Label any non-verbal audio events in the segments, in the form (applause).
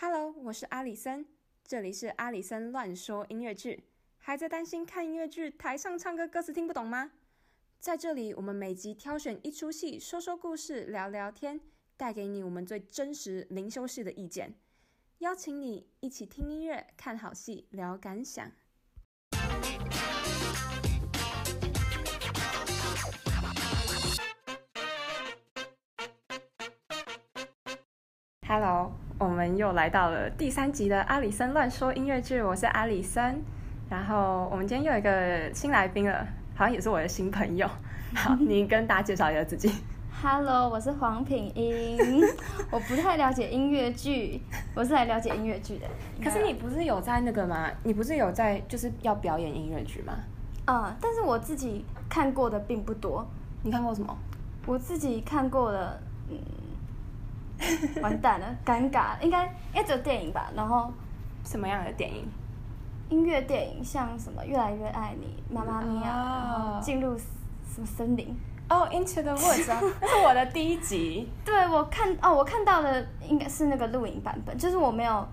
Hello，我是阿里森，这里是阿里森乱说音乐剧。还在担心看音乐剧台上唱歌歌词听不懂吗？在这里，我们每集挑选一出戏，说说故事，聊聊天，带给你我们最真实、零修饰的意见，邀请你一起听音乐、看好戏、聊感想。Hello，我们又来到了第三集的阿里森乱说音乐剧，我是阿里森。然后我们今天又有一个新来宾了，好像也是我的新朋友。 (laughs) 好，你跟大家介绍一下自己。 Hello，我是黄品英， (laughs) 我不太了解音乐剧，我是来了解音乐剧的。可是你不是有在那个吗？你不是有在就是要表演音乐剧吗？嗯，但是我自己看过的并不多，你看过什么？我自己看过的， (laughs) 嗯，完蛋了，尴尬，应该应该只有电影吧，然后什么样的电影？音乐电影像什么《越来越爱你》《妈妈咪呀》，然哦后进入什么森林。哦、i n t o the Woods，啊那是我的第一集。对我看哦，我看到的应该是那个录影版本，就是我没有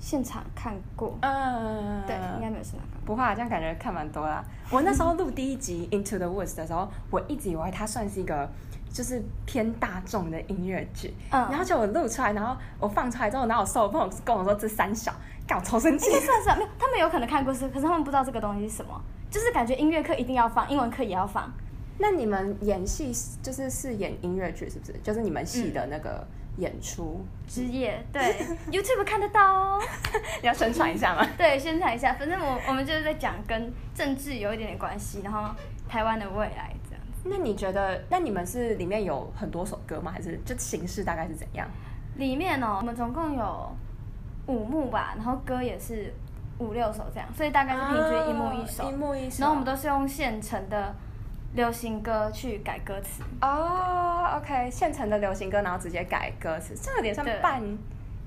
现场看过，嗯，对，应该没有现场看过。不怕，这样感觉看蛮多啦。我那时候录第一集《Into the Woods》的时候，我一直以为它算是一个就是偏大众的音乐剧，嗯然后就我录出来，然后我放出来之后，然后我受朋友跟我说这三小，干我超生气应。该算是啊没有，他们有可能看过是，可是他们不知道这个东西是什么，就是感觉音乐课一定要放，英文课也要放。 (laughs) 那你们演戏是就是是演音乐剧是不是？就是你们戏的那个演出，职业 (laughs) 对 YouTube 看得到哦。你要宣传一下吗？对，宣传一下，反正我我们就是在讲跟政治有一点点关系，然后台湾的未来这样子。 (laughs) 那你觉得，那你们是里面有很多首歌吗？还是就形式大概是怎样？里面哦，我们总共有五幕吧，然后歌也是五六首这样，所以大概是平均一幕一首。啊一幕一首。然后我们都是用现成的流行歌去改歌词。哦、o k 现成的流行歌，然后直接改歌词，这有点像对半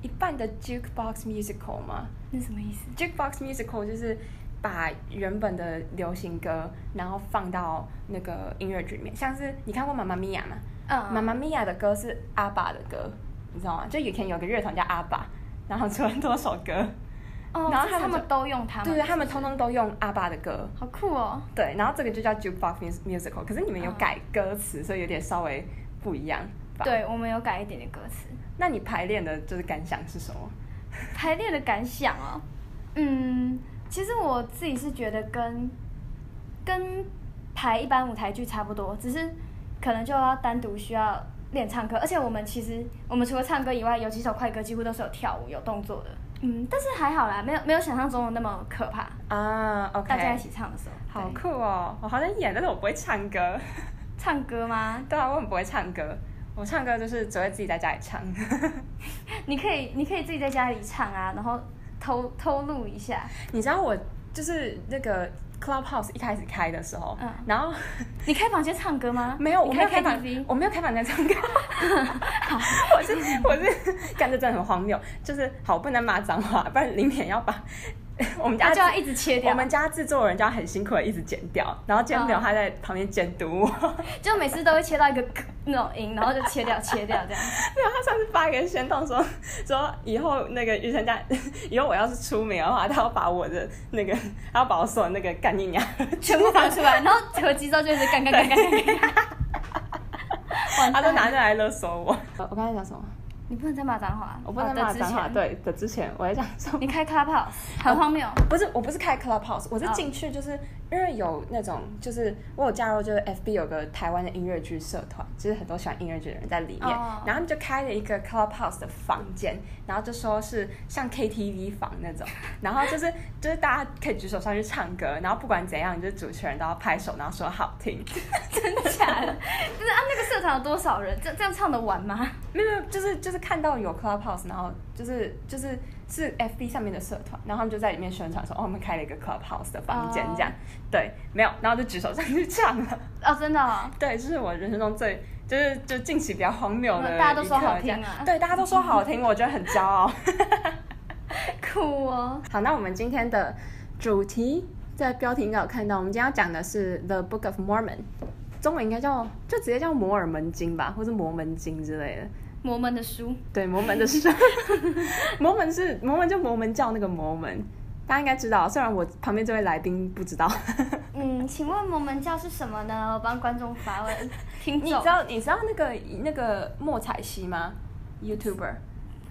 一半的 jukebox musical 吗那什么意思？ ？jukebox musical 就是把原本的流行歌，然后放到那个音乐剧里面，像是你看过《妈妈咪呀》吗？嗯，妈妈咪呀的歌是阿爸的歌，你知道吗？就以前有个乐团叫阿爸，然后出了很多首歌，哦，然然后后他们他就们都用他们，对对，他们通通都用阿爸的歌，好酷哦。对，然后这个就叫 jukebox mus- musical，可是你们有嗯改歌词，所以有点稍微不一样吧？，对，我们有改一点点歌词。那你排练的就是感想是什么？排练的感想哦，嗯，其实我自己是觉得跟跟排一般舞台剧差不多，只是可能就要单独需要练唱歌，而且我们其实我们除了唱歌以外，有几首快歌几乎都是有跳舞有动作的。嗯，但是还好啦，没有没有想象中的那么可怕。啊，OK，大家一起唱的时候，好对酷哦！我好像演，但是我不会唱歌。唱歌吗？ (laughs) 对啊，我很不会唱歌，我唱歌就是只会自己在家里唱。你可以你可以自己在家里唱啊，然后偷偷录一下。 (laughs) 你知道我就是那个 Clubhouse 一开始开的时候，嗯然后你开房间唱歌吗？没有，你我没有开开房 KTV，我没有开房间唱 (laughs) 歌。 (laughs) 我是我是， (laughs) 干这真的很荒谬。就是好，不能骂脏话，不然零点要把 (laughs) 我们家那就要一直切掉。嗯啊我们家制作人就要很辛苦的一直剪掉，然后监督嗯他在旁边监督我。就每次都会切到一个 (laughs) 那种音，然后就切掉切掉这样。对啊，他上次发给宣动说说以后那个余承家， (laughs) 以后我要是出名的话，他要把我的那个，他要把我所有那个干你娘， (laughs) (laughs) 全部放出来，然后合集之后就是干干干干干干。 (laughs) 完他都蛋拿着来勒索我。我刚才讲什么？你不能再骂脏话，我不能哦骂脏话。。的之前对的，之前我在讲说，你开 Clubhouse 很荒 (laughs) 谬，不是我不是开 Clubhouse，我是哦进去就是、因为有那种就是我有加入就是 FB 有个台湾的音乐剧社团，就是很多喜欢音乐剧的人在里面，哦然后他们就开了一个 Clubhouse 的房间，然后就说是像 KTV 房那种，然后就是就是大家可以举手上去唱歌，然后不管怎样，就是主持人都要拍手，然后说好听，真的假的？不是啊，那个社团有多少人？这这样唱得完吗？没有没有，就是就是看到有 Clubhouse，然后就是就是是 FB 上面的社团，然后他们就在里面宣传说，哦，我们开了一个 Clubhouse 的房间哦这样对，没有，然后就举手上去唱了，哦，真的哦。 (laughs) 对，这、是我人生中最就是就近期比较荒谬的一刻，嗯大家都说好听啊这样对，大家都说好 (laughs) 听，我觉得很骄傲。 (laughs) 酷哦！好，那我们今天的主题在标题应该有看到，我们今天要讲的是《The Book of Mormon》，中文应该叫就直接叫《摩尔门经》吧，或是《摩门经》之类的。摩门的书，对，摩门的是 (laughs) 摩门是摩门就摩门教那个摩门，大家应该知道，虽然我旁边这位来宾不知道。嗯，请问摩门教是什么呢？我帮观众发问， (laughs) (laughs) 听你知众道你知道那个那个莫彩曦吗？YouTuber，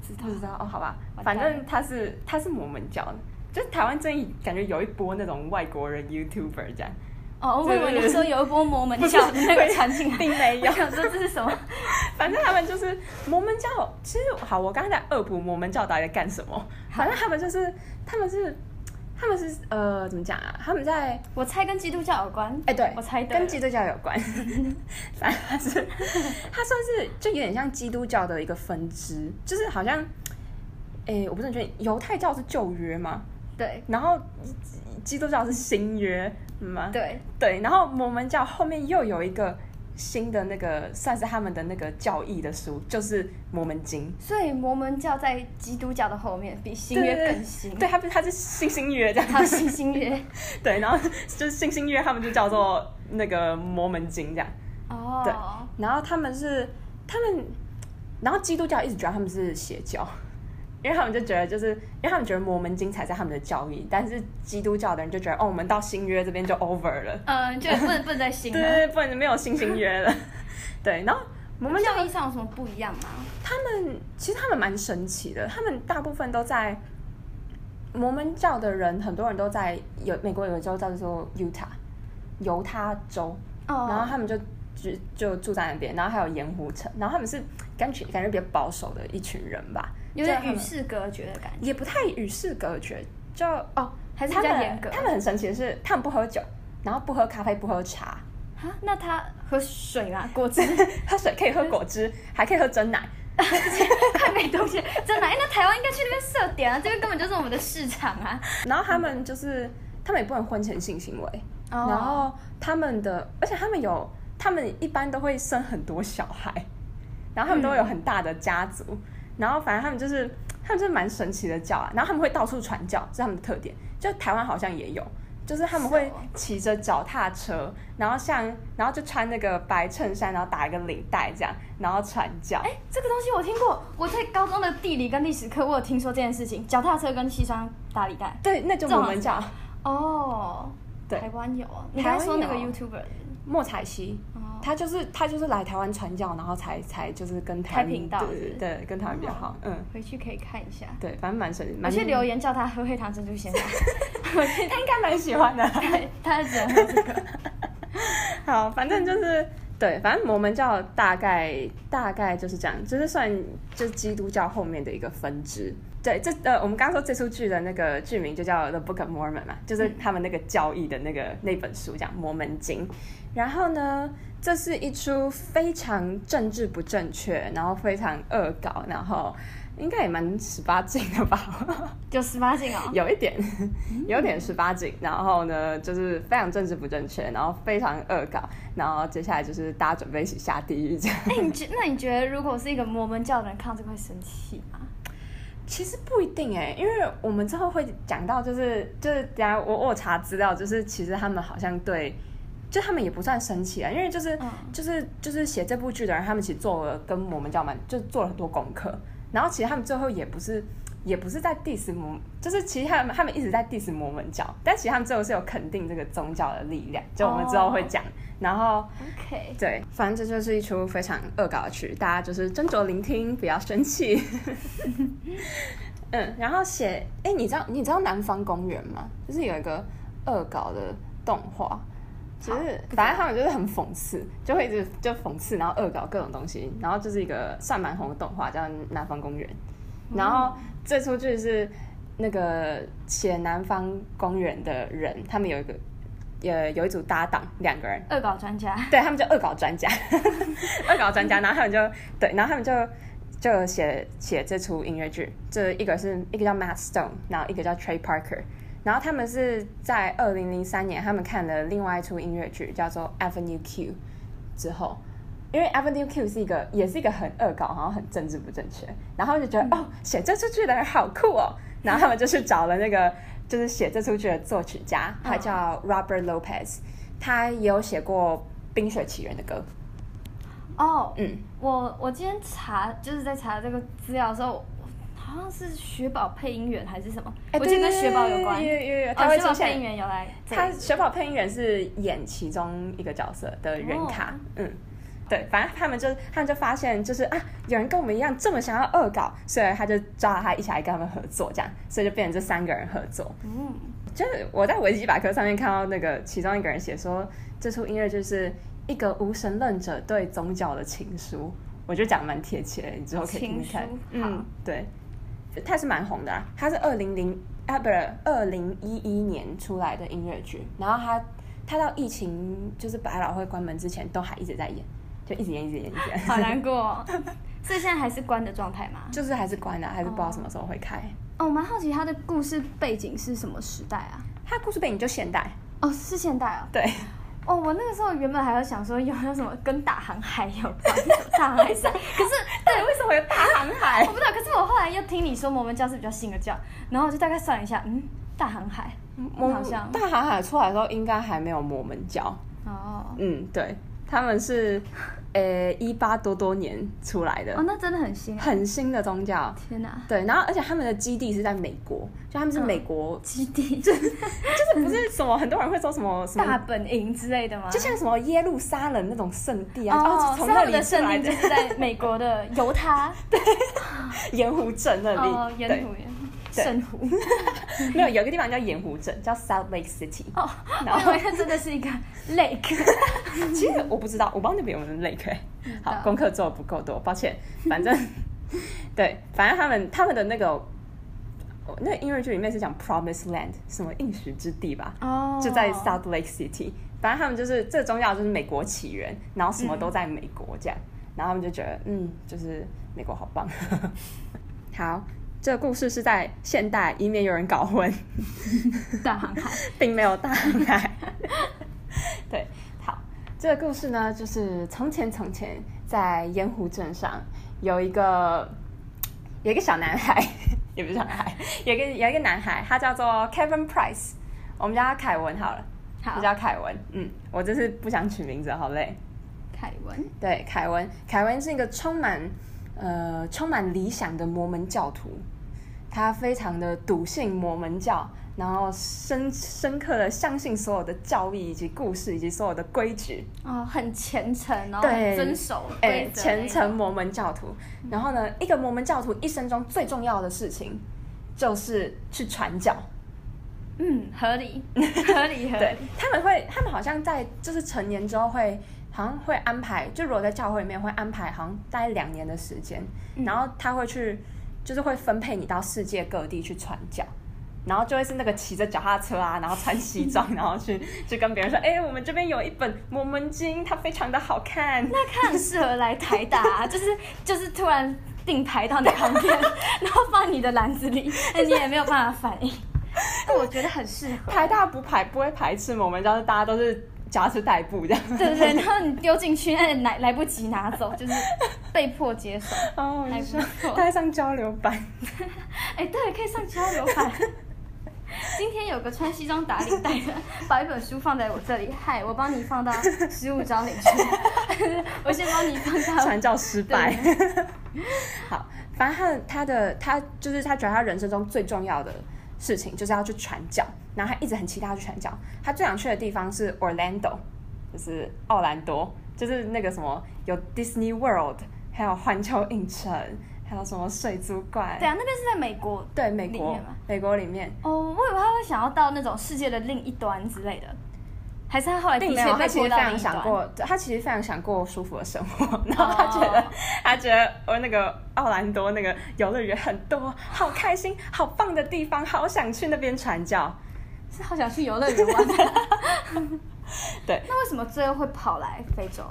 知不知道哦，好吧，完蛋反正他是他是摩门教的，就是台湾这一感觉有一波那种外国人 YouTuber 这样，哦，我以为对你说有一波摩门教的那个传进来，并没有 (laughs) 我，想说这是什么？反正他们就是摩门教。其实好，我刚才在恶补摩门教到底在干什么，反正他们就是他们是他们是呃怎么讲啊？他们在我猜跟基督教有关。哎、对，我猜对了跟基督教有关， (laughs) 反正它是它算是就有点像基督教的一个分支，就是好像，哎、我不是很确定，犹太教是旧约嘛，对然后基督教是新约嘛，对，对，然后摩门教后面又有一个新的那个算是他们的那个教义的书，就是《摩门经所以摩门教在基督教的后面，比新对对约对更新》，。对，它不是它是新新约这样，还有新新约。 (laughs) (laughs) 对，然后就是新新约，他们就叫做那个摩门经这样。对哦，然后他们是他们，然后基督教一直觉得他们是邪教， (laughs) 因为他们就觉得就是因为他们觉得摩门经才是他们的教义，但是基督教的人就觉得哦，我们到新约这边就 over 了，嗯，就不能不能再新对了。对对，不能没有新新约了。 (laughs) 对，然后摩门教教义上有什么不一样吗？他们其实他们蛮神奇的，他们大部分都在摩门教的人，很多人都在有美国有个州叫做 Utah 犹他州，然后哦，他们就就就住在那边，然后还有盐湖城，然后他们是感觉感觉比较保守的一群人吧，有就点他们与世隔绝的感觉，也不太与世隔绝，就哦，还是他比较们严格他们很神奇的是，他们不喝酒，然后不喝咖啡，不喝茶，哈，那他喝水吗？ (laughs) 果汁喝水 (laughs) 可以喝果汁，还可以喝真奶，太没东西，真的。哎那台湾应该去那边设点啊，这边根本就是我们的市场啊。然后他们就是他们也不能婚前性行为，哦然后他们的，而且他们有，他们一般都会生很多小孩，然后他们都会有很大的家族，然后反正他们就是，他们就是蛮神奇的教啊，然后他们会到处传教，这是他们的特点，就台湾好像也有。就是他们是会哦骑着脚踏车，然后像，然后就穿那个白衬衫，然后打一个领带这样，然后传教。哎，这个东西我听过，我在高中的地理跟历史课我有听说这件事情，脚踏车跟西装打领带。对，那就这种我们叫哦，对台湾有啊，你台刚湾才说那个有 YouTuber 莫彩曦，哦，他就是他就是来台湾传教，然后才才就是跟台开湾频道对是哦不对是对，跟台湾比较好，嗯。回去可以看一下。对，反正蛮神，我蛮去留言叫他喝黑糖珍珠鲜奶， (laughs) 他应该蛮喜欢 (laughs) 的。他只能喝 (laughs) 这个。好，反正嗯就是对，反正摩门教大概大概就是这样，就是算就是基督教后面的一个分支。对，这呃，我们刚刚说这出剧的那个剧名就叫《The Book of Mormon》嘛，就是嗯他们那个教义的那个那本书，这样《摩门经》。然后呢，这是一出非常政治不正确，然后非常恶搞，然后应该也蛮十八禁的吧？有十八禁哦，有一点， (laughs) 有点十八禁，然后呢，就是非常政治不正确，然后非常恶搞，然后接下来就是大家准备一起下地狱这样。哎、你觉那你觉得如果是一个摩门教的人看到这个会生气吗？其实不一定哎、因为我们之后会讲到、就是，就是等下我我有查资料，就是其实他们好像对，就他们也不算生气啊，因为就是、嗯就是就是写这部剧的人，他们其实做了跟我们教蛮，就做了很多功课，然后其实他们最后也不是。也不是在 diss 摩，就是其实他们他们一直在 diss 摩门教，但其实他们最后是有肯定这个宗教的力量，就我们之后会讲。然后 OK，对，反正这就是一出非常恶搞的剧，大家就是斟酌聆听，不要生气。嗯，然后写，哎、你知道你知道《南方公园》吗？就是有一个恶搞的动画，就好是反正他们就是很讽刺，就会一直就讽刺，然后恶搞各种东西，然后就是一个算蛮红的动画叫《南方公园》，然后这出剧是那个写《南方公园》的人，他们有一个呃有一组搭档两个人，恶搞专家，对他们就恶搞专家，恶搞专家，然后他们就对，然后他们就就写写这出音乐剧，这一个是一个叫 Matt Stone，然后一个叫 Trey Parker，然后他们是在二零零三年他们看了另外一出音乐剧叫做 Avenue Q 之后。因为 Avenue Q 是一个，也是一个很恶搞，然后很政治不正确，然后他们就觉得、哦，写这出剧的人好酷哦，然后他们就去找了那个，就是写这出剧的作曲家，他叫 Robert Lopez，他也有写过《冰雪奇缘》的歌，哦，嗯，我我今天查就是在查这个资料的时候，我好像是雪宝配音员还是什么，哎我记得对跟对雪宝有关。对对对对哦他会雪宝出现配音员有来这里，他雪宝配音员是演其中一个角色的人卡，哦嗯，对，反正他们就他们就发现就是啊，有人跟我们一样这么想要恶搞，所以他就抓他一起来跟他们合作，这样，所以就变成这三个人合作。嗯，就是我在维基百科上面看到那个其中一个人写说，这出音乐就是一个无神论者对宗教的情书，我就讲得蛮贴切的，你之后可以听听看情书。好嗯，对，它是蛮红的啦，它是二零零啊不是二零一一年出来的音乐剧，然后它它到疫情就是百老汇关门之前都还一直在演，就一直演一直演一直演，好难过、哦。所以现在还是关的状态吗？就是还是关啊了，还是不知道什么时候会开。哦，我蛮好奇他的故事背景是什么时代啊？它故事背景就现代，哦，是现代哦。对，哦，我那个时候原本还有想说有没有什么跟大航海有关，大航海赛， (laughs) 可是哎对，为什么有大航海我？不知道，可是我后来又听你说摩门教是比较新的教，然后我就大概算了一下，嗯，大航海，我好像大航海出来的时候应该还没有摩门教，哦，嗯，对，他们是 (laughs) 呃一八多多年出来的哦，，那真的很新啊！很新的宗教。天哪，对，然后而且他们的基地是在美国，就他们是美国，基地就是不是什么很多人会说什么什 (laughs) 大么，本营之类的吗？就像什么耶路撒冷那种圣地啊，哦，从所以他那们里的出圣来地的就是在美国的犹他， (laughs) 盐湖镇那里，哦，盐湖，对圣湖，对，没有有一个地方叫盐湖镇，叫 Salt Lake City。哦，然我后以为它真的是 (laughs) 一个 lake，其实我不知道，我不知道那边有没有 lake 欸、好，功课做的不够多，抱歉。反正对，反正他们他们的那个哦那个音乐剧里面是讲 Promised Land，什么应许之地吧，哦，就在 Salt Lake City。反正他们就是这宗教就是美国起源，然后什么都在美国这样，然后他们就觉得嗯，就是美国好棒。 (laughs) 好，这个故事是在现代，以免有人搞混。大航海，并没有大海。 (laughs) 对，好，这个故事呢，就是从前从前，在盐湖镇上有一个有一个小男孩， (laughs) 也不是小男孩，有一个有一个男孩，他叫做 Kevin Price，我们叫他凯文好了，好就，叫凯文。嗯，我真是不想取名字，好累。凯文，对，凯文，凯文是一个充满呃充满理想的摩门教徒，他非常的笃信摩门教，然后深深刻的相信所有的教义以及故事以及所有的规矩，哦，很虔诚，然后对很遵守哎规，则嗯那虔种，诚摩门教徒。然后呢，一个摩门教徒一生中最重要的事情就是去传教。嗯，合理，(laughs) 合理，合对理，，他们会，他们好像在就是成年之后会，好像会安排，就如果在教会里面会安排，好像待两年的时间，嗯然后他会去，就是会分配你到世界各地去传教。然后就会是那个骑着脚踏车啊，然后穿西装，然后去去跟别人说，哎、我们这边有一本《摩门经》，它非常的好看。那他很适合来台大、 (laughs) 啊，就是就是突然定牌到你旁边，然后放你的篮 (laughs) 子里，那你也没有办法反应。但我觉得很适合，台大不排不会排斥摩门教，是大家都是夹持代步这样。对对对，然后你丢进去，那也来来不及拿走，就是被迫接 (laughs) 手。哦，我还就不说错带上交流班。哎、对，可以上交流 (laughs) 版。今天有个穿西装打领带的，把一本书放在我这里，嗨，我帮你放到十五招 (laughs) 领去，我先帮你放到传教失败。 (laughs) 好，反正他的他的他就是他觉得他人生中最重要的事情就是要去传教，然后他一直很期待要去传教。他最想去的地方是 Orlando，就是奥兰多，就是那个什么有 Disney World，还有环球影城，还有什么水族馆对。啊，那边是在美国对，美里国面吗，美国里面，哦，我以为他会想要到那种世界的另一端之类的，还是他后来的并没确有，他被其拖实非到另常一想端？过，他其实非常想过舒服的生活，然后他觉哦得、他觉得我那个奥兰多那个游乐园很多，好开心，好棒的地方，好想去那边传教。是好想去游乐园玩。 (laughs) 对那为什么最后会跑来非 (laughs) 洲？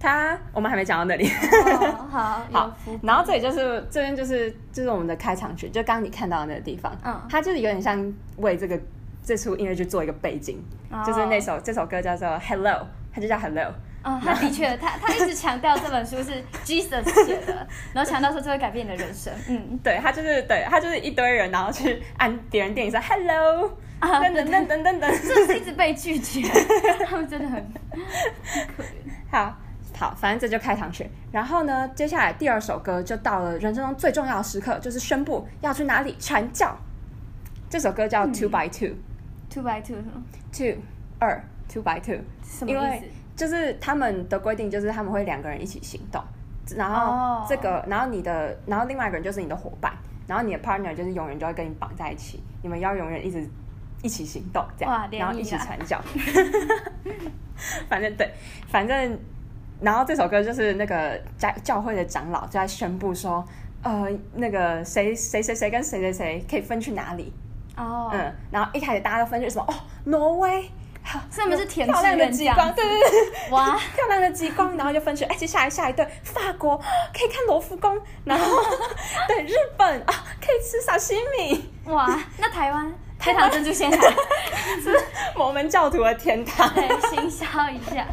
他我们还没讲到那里，哦、好，(laughs) 有好福，然后这里就是这边就是就是我们的开场曲，就刚刚你看到的那个地方，嗯它就是有点像为这个这出音乐剧做一个背景，哦就是那首这首歌叫做 Hello，它就叫 Hello，嗯，他的确，他他一直强调这本书是 Jesus 写的，然后强调说这会改变你的人生。嗯，对，他就是对他就是一堆人，然后去按别人电影说 Hello，啊等等等等等等。 (laughs) 这是一直被拒绝，他们真的很好，好，反正这就开场曲。然后呢，接下来第二首歌就到了人生中最重要的时刻，就是宣布要去哪里传教。这首歌叫嗯 Two by Two、 two by two 是吗 Two 二 Two by Two，什么因为意思？就是他们的规定就是他们会两个人一起行动，然哦后这个，然后你的，然后另外一个人就是你的伙伴，然后你的 partner 就是永远就会跟你绑在一起，你们要永远一直一起行动这哇样，联谊啊然后一起传教。反正对，反正然后这首歌就是那个教教会的长老就在宣布说，呃，那个谁谁谁谁跟谁谁谁可以分去哪里，哦，嗯，然后一开始大家都分去什么哦，挪威。上面是填漂亮志的愿极这光，样，对对对，哇，漂亮的极光，然后就分去，哎，接下来下一对法国可以看罗浮宫，然 (laughs) 后对日本啊可以吃沙西米，哇，那台湾开堂珍珠先来， (laughs) 我们教徒的天堂。对，行销一下。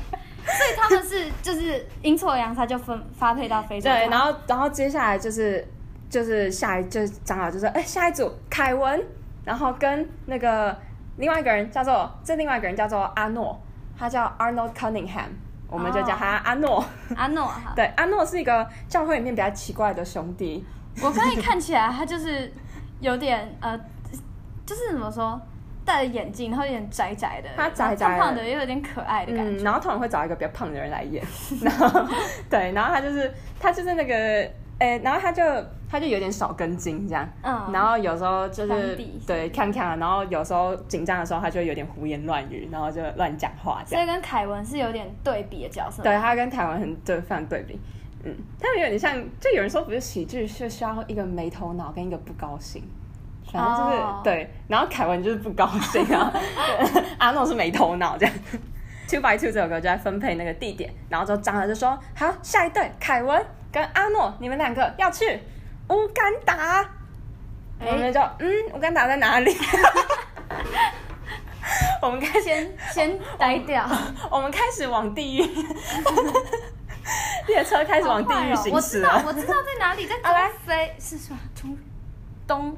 所以他们是就是阴错阳差就分发配到非洲， (laughs) 对，然后然后接下来就是就是下一就是长老就说，哎，下一组凯文，然后跟那个另外一个人叫做这另外一个人叫做阿诺，他叫 Arnold Cunningham，我们就叫他阿诺。阿诺哈，对，阿诺是一个教会里面比较奇怪的兄弟， (laughs) 我刚才看起来他就是有点呃，就是怎么说，戴着眼镜，然后有点窄窄的，他窄窄的胖胖的，又有点可爱的感觉。嗯，然后通常会找一个比较胖的人来 (laughs) 演，然后对，然后他就是他就是那个，诶、然后他就他就有点少根筋这样，嗯，然后有时候就是当地对看看，然后有时候紧张的时候他就有点胡言乱语，然后就乱讲话这所样。以跟凯文是有点对比的角色。对他跟台湾很对非常对比，嗯，他们有点像，就有人说不是喜剧是需要一个没头脑跟一个不高兴。反正就是、哦对，然后凯文就是不高兴 (laughs) 啊，对阿诺是没头脑这样。Two 嗯 by Two 这首歌就在分配那个地点，然后之后张老就说：“好，下一对凯文跟阿诺，你们两个要去乌干达。哎我们就嗯，乌干达在哪 (laughs) 里？我们开始先先呆掉，我们开始往地狱，列 (laughs) 车开始往地狱好坏哦我行驶知了。道，我知道在哪里，在好来中非是什么？中东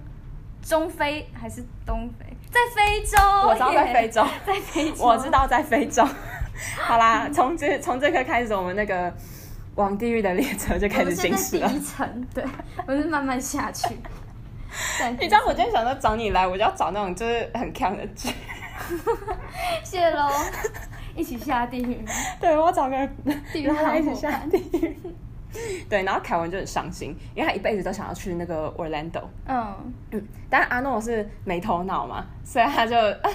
中非还是东非？在非洲。我知道在非洲，洲，在非洲。我知。道在非洲。 (laughs) 好啦，从这从这刻开始，我们那个往地狱的列车就我开始们行现驶在了第。一层，对，我是慢慢 (laughs) 下去。对你知道，我今天想说找你来，我就要找那种就是很强的 (laughs) 剧。谢喽，一起下地狱，对我要找个人地狱然后好他一伙起下伴。地狱。对，然后凯文就很伤心，因为他一辈子都想要去那个 Orlando。嗯，嗯， (coughs) 但阿诺是没头脑嘛，所以他就啊，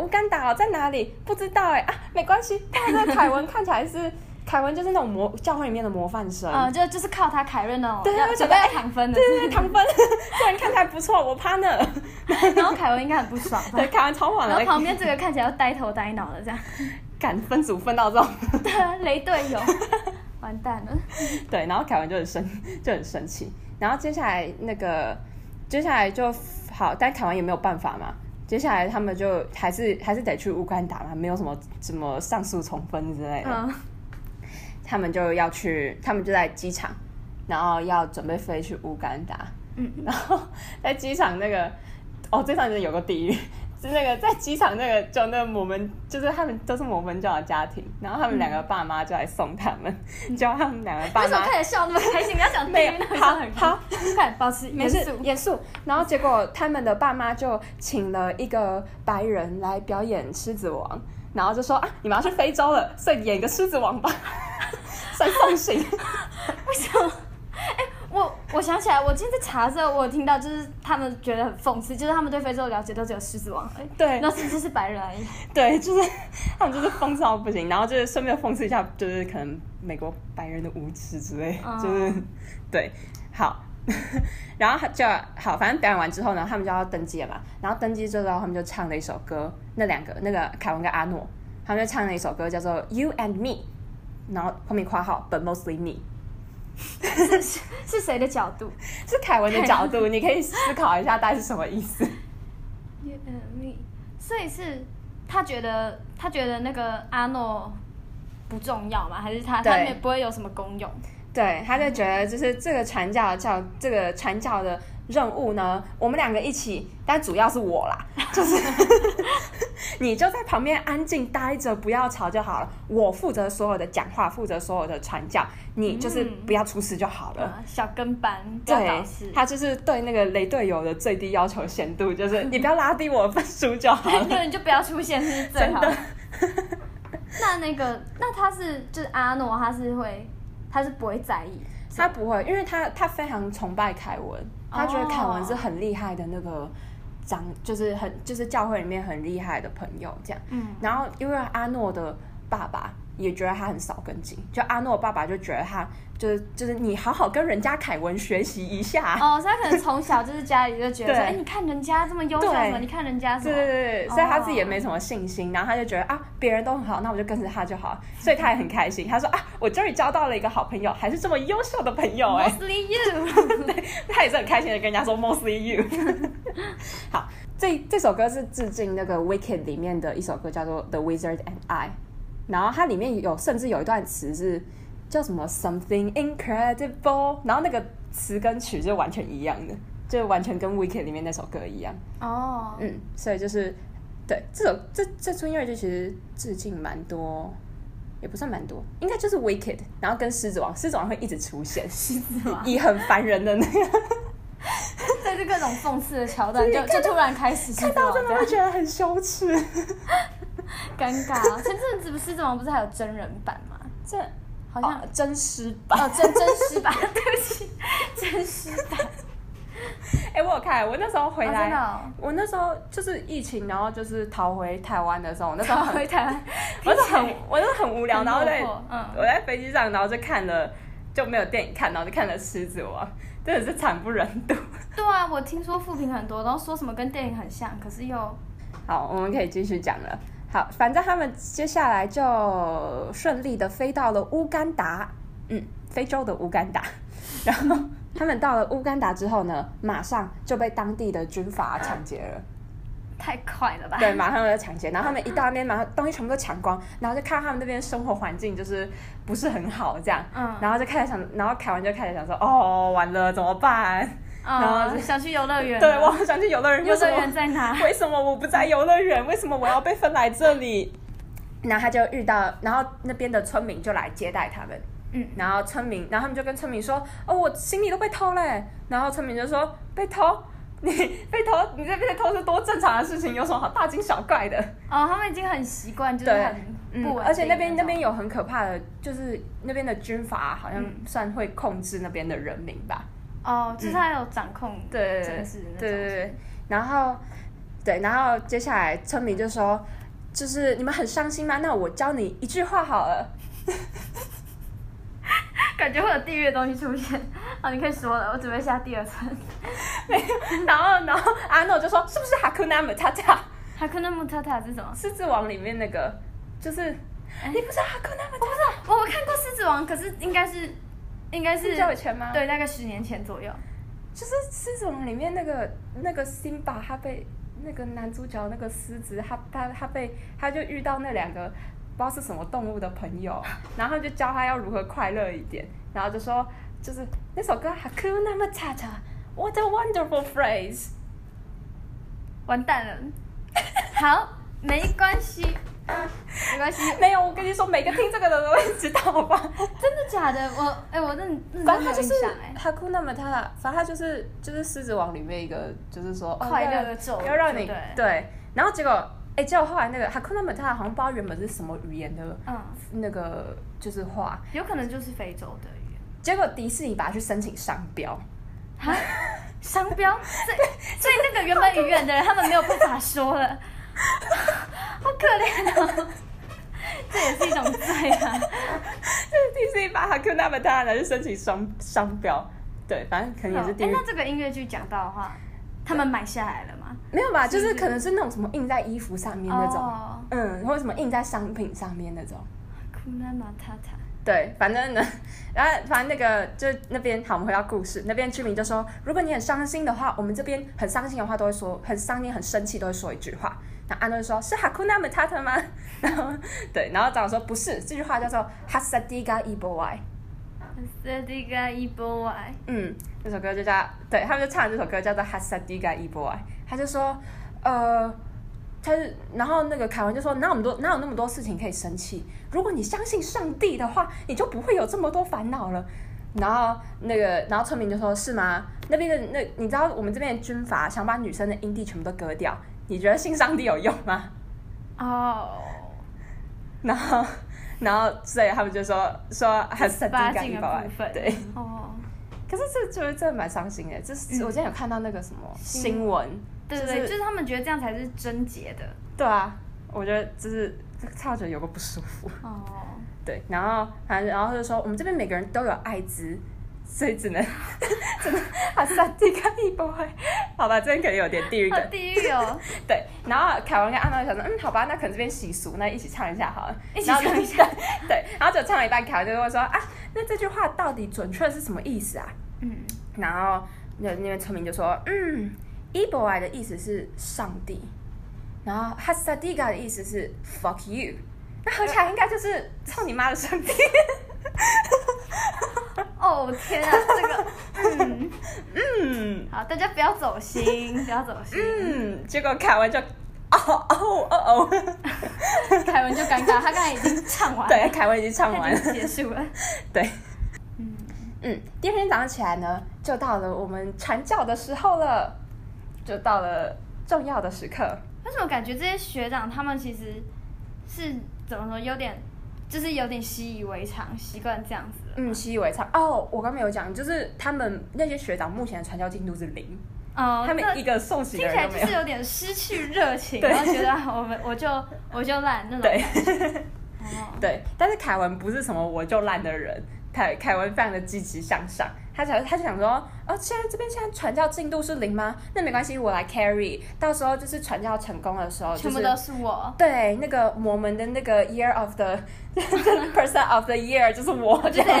乌干达哦在哪里？不知道哎啊，没关系。但是凯文看起来是 (laughs) 凯文就是那种模教会里面的模范生，呃，就就是靠他凯瑞那种对要我准觉备得要躺分的对，对 (laughs) 对，糖 (laughs) 分，这人看起来不错，我趴呢。然后凯文应该很不爽吧对，？凯文超晚啊然后了，旁边这个看起来要呆头呆脑的这样， (laughs) 敢分组分到这种， (laughs) 对啊，雷队友，完蛋了。对，然后凯文就很生就很生气，然后接下来那个接下来就好，但凯文也没有办法嘛。接下来他们就还是还是得去乌干达嘛，没有什么什么上诉重分之类的。嗯，他们就要去，他们就在机场，然后要准备飞去乌干达。嗯，然后在机场那个，哦，这上真的有个地狱， (laughs) 是那个在机场那个就那个摩门，就是他们都是摩门教的家庭，然后他们两个爸妈就来送他们，结果他们两个爸嗯为什么妈看起来笑那么开心？你要讲地没有狱那个好笑很好，快保持没严事肃。严肃，然后结果他们的爸妈就请了一个白人来表演狮子王，然后就说啊，你们要去非洲了，所以演个狮子王 (laughs) 吧，算奉行。为什么？哎，我我想起来，我今天在查的时候，我有听到就是他们觉得很讽刺，就是他们对非洲的了解都只有狮子王而已，对，那狮子是白人而已。 (laughs) 对，就是他们就是讽刺到不行，然后就是顺便讽刺一下，就是可能美国白人的无耻之类，哦就是对，好， (laughs) 然后他就好，反正表演完之后呢，他们就要登机了嘛，然后登机之后，他们就唱了一首歌，那两个那个凯文跟阿诺，他们就唱了一首歌叫做《You and Me》，然后后面括号 But mostly me，是是是谁的角度？是凯文的角度，你可以思考一下大概是什么意思。 You and me，所以是他觉得他觉得那个阿诺不重要吗？还是他他对们不会有什么功用？对，他就觉得就是这个传教教这个传教的任务呢，我们两个一起，但主要是我啦， (laughs) 就是你就在旁边安静待着，不要吵就好了。我负责所有的讲话，负责所有的传教，你就是嗯不要出事就好了。啊小跟班，不要搞呃对事，。他就是对那个雷队友的最低要求限度，就是你不要拉低我的分数就好了。对，你就不要出现是最 (laughs) 好的。那那个，那他是就是阿诺，他是会，他是不会在意。他不会，因为他他非常崇拜凯文，他觉得凯文哦是很厉害的那个长，就是很就是教会里面很厉害的朋友这样。嗯，然后因为阿诺的爸爸也觉得他很少跟进，就阿诺爸爸就觉得他就是就是你好好跟人家凯文学习一下。哦，所以他可能从小就是家里就觉得说，对哎、你看人家这么优秀，对什么你看人家什对对么，对对，哦所以他自己也没什么信心，然后他就觉得啊，别人都很好，那我就跟着他就好，所以他也很开心。他说啊，我终于交到了一个好朋友，还是这么优秀的朋友哎、 mostly (laughs) you，他也是很开心的跟人家说 mostly you。好，这这首歌是致敬那个 Wicked 里面的一首歌，叫做 The Wizard and I。然后它里面有甚至有一段词是叫什么 Something Incredible，然后那个词跟曲就完全一样的，就完全跟 Wicked 里面那首歌一样。哦，嗯，所以就是对这首这这出音乐剧其实致敬蛮多。也不算蛮多，应该就是 Wicked，然后跟狮子王，狮子王会一直出现，狮子王以很烦人的那个这是各种讽刺的桥段，对就看到就突然开始是看到真的会这觉得很羞耻。样尴尬。啊前阵子不是怎么不是还有真人版吗？这好哦像真实吧？哦，真真实版， (laughs) 对不起，真实版。哎、我有看，我那时候回哦真来，的哦我那时候就是疫情，然后就是逃回台湾的时候，我那时候很，回台湾， (laughs) 我是很，我是很无聊，很然后落在魄嗯我在飞机上，然后就看了就没有电影看，然后就看了《狮子王》，真的是惨不忍睹。对啊，我听说复评很多，然后说什么跟电影很像，可是又好，我们可以继续讲了。好，反正他们接下来就顺利的飞到了乌干达，嗯，非洲的乌干达。 (laughs) 然后他们到了乌干达之后呢，马上就被当地的军阀抢劫了。太快了吧？对，马上就抢劫，然后他们一到那边，马上东西全部都抢光，然后就看到他们那边生活环境就是不是很好这样，嗯然后就开始想，然后凯文就开始想说，哦，完了怎么办？然后嗯，想去游乐园，对我，好想去游乐园， (laughs) 游为什乐园么？在哪？ (laughs) 为什么我不在游乐园？为什么我要被分来这里？然后他就遇到，然后那边的村民就来接待他们，嗯，然后村民，然后他们就跟村民说，哦，我行李都被偷嘞，然后村民就说被偷。 (laughs) 你被偷，你这被偷是多正常的事情，有什么好大惊小怪的？哦，他们已经很习惯，就是对很不嗯，稳定的种、而且那边那边有很可怕的，就是那边的军阀好像算会控制那边的人民吧。哦，就是他有掌控对政治的那种，对对对，然后对，然后接下来村民就说，就是你们很伤心吗？那我教你一句话好了。 (laughs) 感觉会有地狱的东西出现。好，你可以说了，我准备下第 (laughs) 二层。然后然后阿诺就说，是不是哈库纳姆塔塔？哈克那木塔塔是什么？狮子王里面那个就是。哎你不是哈库纳姆塔塔哦我我看过《狮子王》，可是应该是应该是很久以前吗？，对，大概十年前左右。就是狮子王里面那个那个辛巴，他被那个男主角那个狮子，他他他被他就遇到那两个不知道是什么动物的朋友， (laughs) 然后就教他要如何快乐一点，然后就说就是那首歌 Hakuna Matata，What a wonderful phrase。完 (laughs) 蛋了。好，没关系，没关系。没有，我跟你说，每个听这个的人都会知道吧？真的假的？我哎、我认认真反正没他有就印是象哎、 Hakuna Matata，反正他就是就是狮子王里面一个，就是说哦快乐的咒语要让你对对，然后结果哎，结果后来那个 Hakuna Matata 好像不知道原本是什么语言的。嗯，那个就是画，有可能就是非洲的语言。结果迪士尼把它去申请商标，哈，商标，所以所以那个原本语言的人，他们没有办法说了， (laughs) 好可怜哦。这也是一种罪啊！ (laughs) 迪士尼把 Hakuna Matata 拿去申请商商标，对，反正可能也是地哎狱，那这个音乐剧讲到的话，他们买下来了吗？没有吧？是就不是是可能是那种什么印在衣服上面那种，哦，嗯，或者什么印在商品上面那种，库纳马塔塔，对，反正呢， (laughs) 然后反正那个就那边好，我们回到故事，那边居民就说，如果你很伤心的话，我们这边很伤心的话都会说，很伤心很生气都会说一句话。那安诺说是哈库纳姆塔 (laughs) 特吗？然后对，然后长说不是，这句话叫做哈萨迪嘎伊波外。那塞迪嘎伊波外，嗯，这首歌就叫，对他们就唱这首歌叫做《哈萨迪嘎伊波爱》，他就说，呃，他就然后那个凯文就说，哪有那么多哪有那么多事情可以生气？如果你相信上帝的话，你就不会有这么多烦恼了。然后那个，然后村民就说：“是吗？那边的那，你知道我们这边的军阀想把女生的阴蒂全部都割掉，你觉得信上帝有用吗？”哦，然后，然后，所以他们就说说还是八很禁低的吧部，分，对。，哦，可是这就是真的蛮伤心的，这是嗯我今天有看到那个什么新新闻，对对就对，是就是他们觉得这样才是贞洁的，对啊，我觉得就是看到觉得有个不舒服， (laughs) 哦，对。然后，然后然后就说我们这边每个人都有艾滋，所以只能 (laughs) 只能还是低看一波。 (laughs) 好吧，这边可能有点地狱好梗，地 (laughs) 狱哦，对，然后凯文跟阿诺就想说，嗯，好吧，那可能这边习俗，那一起唱一下好了，一起然后就唱一下。 (laughs) 对，然后就唱了一半，凯文就会说，啊，那这句话到底准确是什么意思啊？嗯，然后那那边村民就说，嗯，伊博爱的意思是上帝，然后哈萨蒂嘎的意思是 fuck you，那合起来应该就是操你妈的上帝。哦天啊，这个，嗯，嗯好，大家不要走心，不要走心，嗯，结果凯文就，哦哦哦哦，凯文就尴尬，他刚才已经唱完了，对，凯文已经唱他完已了，经结束了，对。嗯，嗯，第二天早上起来呢，就到了我们传教的时候了，就到了重要的时刻。但是我感觉这些学长他们其实是怎么说，有点就是有点习以为常，习惯这样子了。嗯，习以为常。哦，我刚没有讲，就是他们那些学长目前的传教进度是零，哦，他那们一个受洗听的起人来都就没有是。有点失去热情，对然后觉得啊我们我就我就烂那种对感觉。 (laughs) 哦，对，但是凯文不是什么我就烂的人，凯凯文非常的积极向上，他想他就想说，哦，现在这边现在传教进度是零吗？那没关系，我来 carry，到时候就是传教成功的时候，就全部是都是我。对，那个我们的那个 year of the (laughs) person of the year 就是我，我就是这样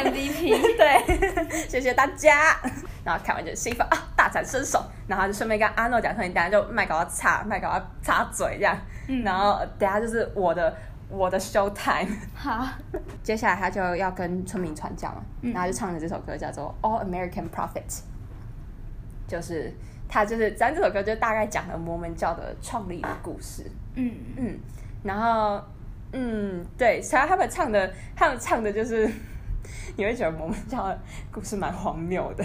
(laughs) MVP，对，谢谢大家。然后看完就兴奋啊，大展身手，然后就顺便跟阿诺讲说，你等下就麦搞要插，麦搞要插嘴这样，嗯然后等下就是我的我的 show time。好，接下来他就要跟村民传教嘛，嗯然后就唱了这首歌叫做《All American Prophet》，就是他就是咱这首歌就大概讲了摩门教的创立的故事。嗯，嗯，然后嗯，对，其实他们唱的，他们唱的就是， (laughs) 你会觉得我们教的故事蛮荒谬的，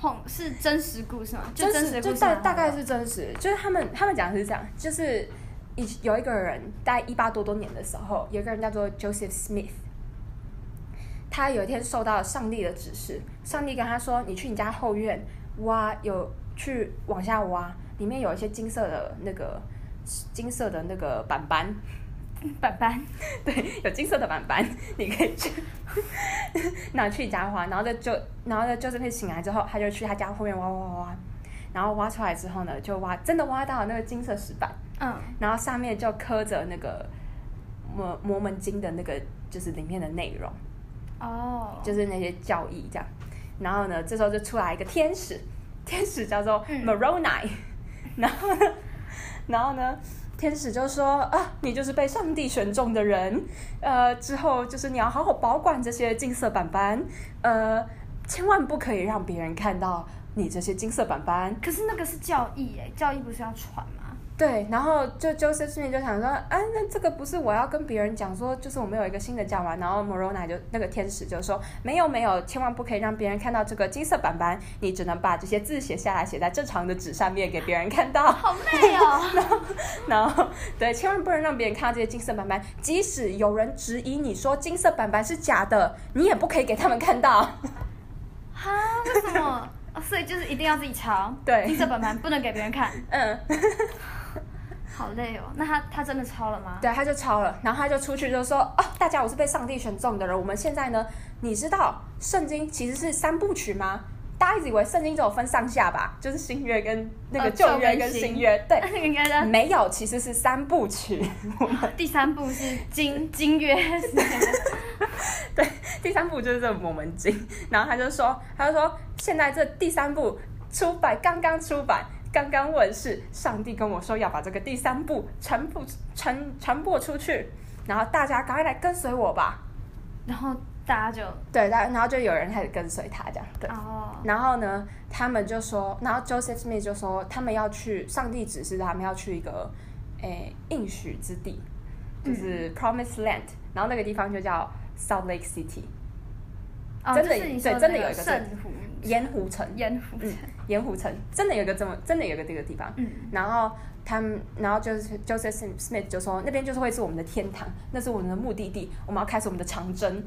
哄是真实故事吗？就真实的就故事大吗大概是真实，就是他们他们讲的是这样，就是以有一个人在一八多多年的时候，有一个人叫做 Joseph Smith。他有一天受到上帝的指示，上帝跟他说：“你去你家后院挖，有去往下挖，里面有一些金色的那个金色的那个板板， (laughs) 板板， (laughs) 对，有金色的板板，你可以去拿去你家花，然后再就然后再就是会醒来之后，他就去他家后面挖挖挖挖，然后挖出来之后呢，就挖真的挖到了那个金色石板，嗯，然后上面就刻着那个摩摩门经的那个就是里面的内容，哦，就是那些教义这样。然后呢，这时候就出来一个天使， (laughs) 天使叫做嗯 Moroni，、然 (laughs) 后呢，然后呢，天使就说啊，你就是被上帝选中的人，呃，之后就是你要好好保管这些金色板板，呃，千万不可以让别人看到你这些金色板板，可是那个是教义哎，教义不是要传吗？对，然后就 Joseph Smith 就想说，啊，那这个不是我要跟别人讲说，就是我们有一个新的教嘛。然后 Moroni 就那个天使就说，没有没有，千万不可以让别人看到这个金色板板，你只能把这些字写下来，写在正常的纸上面给别人看到。 (laughs) 好累哦，然后对，千万不能让别人看到这些金色板板，即使有人质疑你说金色板板是假的，你也不可以给他们看到。哈，为什么？哦所以就是一定要自己抄，对金色板板不能给别人看，嗯，好累哦。那他他真的抄了吗？ (laughs) 对，他就抄了，然后他就出去就说：“哦，大家，我是被上帝选中的人。我们现在呢，你知道圣经其实是三部曲吗？大家一直以为圣经只有分上下吧，就是新约跟那个呃旧旧约跟跟新新约，对，嗯应该在没有，其实是三部曲。 (laughs) 第三部是金金月，第三部就是这个《摩门经》，然后他就说，他就说现在这第三部出版刚刚出版，刚刚问世，上帝跟我说要把这个第三部传播传传播出去，然后大家赶快来跟随我吧。”然后大家就对，然后然后就有人开始跟随他这样，对。哦，然后呢，他们就说，然后 Joseph Smith 就说，他们要去，上帝指示他们要去一个，诶，应许之地，就是嗯 Promised Land，、然后那个地方就叫 Salt Lake City，哦真的就是你对说真的那有一个圣湖盐嗯湖城，盐湖城，盐湖城真的有一个这么，真的有一个这个地方。嗯，然后他们，然后就是 Joseph Smith 就说，那边就是会是我们的天堂，那是我们的目的地，我们要开始我们的长征。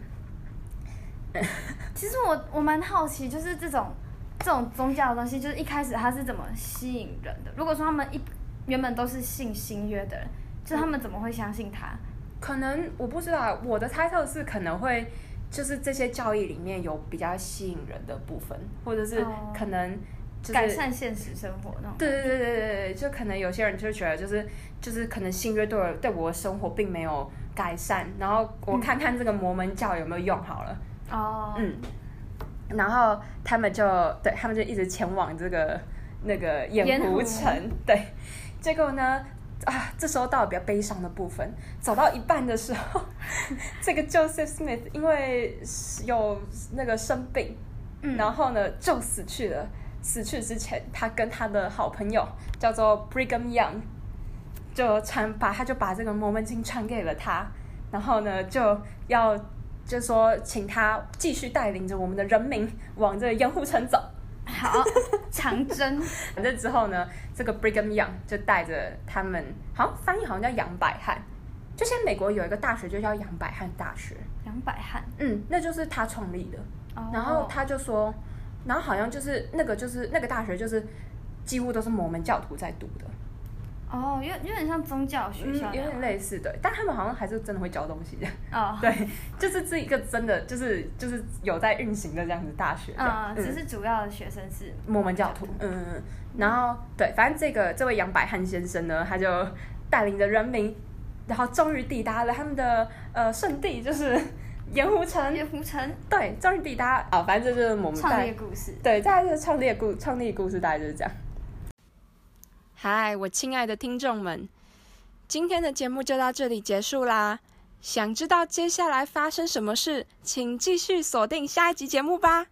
其实我我蛮好奇，就是这种这种宗教的东西，就是一开始它是怎么吸引人的？如果说他们一原本都是信新约的人，就他们怎么会相信他？可能我不知道，我的猜测是可能会就是这些教义里面有比较吸引人的部分，或者是哦可能就是、改善现实生活那种？对对对对对对，就可能有些人就觉得就是就是可能新约对我对我的生活并没有改善，然后我看看这个摩门教有没有用好了，哦，嗯，然后他们就对他们就一直前往这个那个盐盐湖湖城，对，结果呢啊，这时候到了比较悲伤的部分，走到一半的时候， (laughs) 这个 Joseph Smith 因为有那个生病，嗯然后呢就死去了。死去之前，他跟他的好朋友叫做 Brigham Young，就传把他就把这个摩门经传给了他，然后呢就要就说请他继续带领着我们的人民往这个盐湖城走。好，长征，反正之后呢，这个 Brigham Young 就带着他们，好像翻译好像叫杨百翰，就现在美国有一个大学就叫杨百翰大学，杨百翰。嗯，那就是他创立的。哦然后他就说，然后好像就是那个就是那个大学就是几乎都是摩门教徒在读的，哦，有有点像宗教学嗯，校有那样，点类似对，但他们好像还是真的会教东西的，哦，对，就是这一个真的就是就是有在运行的这样子大学这样，嗯，只是主要的学生是摩门教徒，嗯，嗯嗯然后对，反正这个这位杨百翰先生呢，他就带领着人民，然后终于抵达了他们的呃圣地，就是盐湖城，叶湖城对，终于抵达啊、反正这就是我们创在业故事。嗯对，大概就是创立的故创立的故事大概就是这样。嗨，我亲爱的听众们，今天的节目就到这里结束啦。想知道接下来发生什么事，请继续锁定下一集节目吧。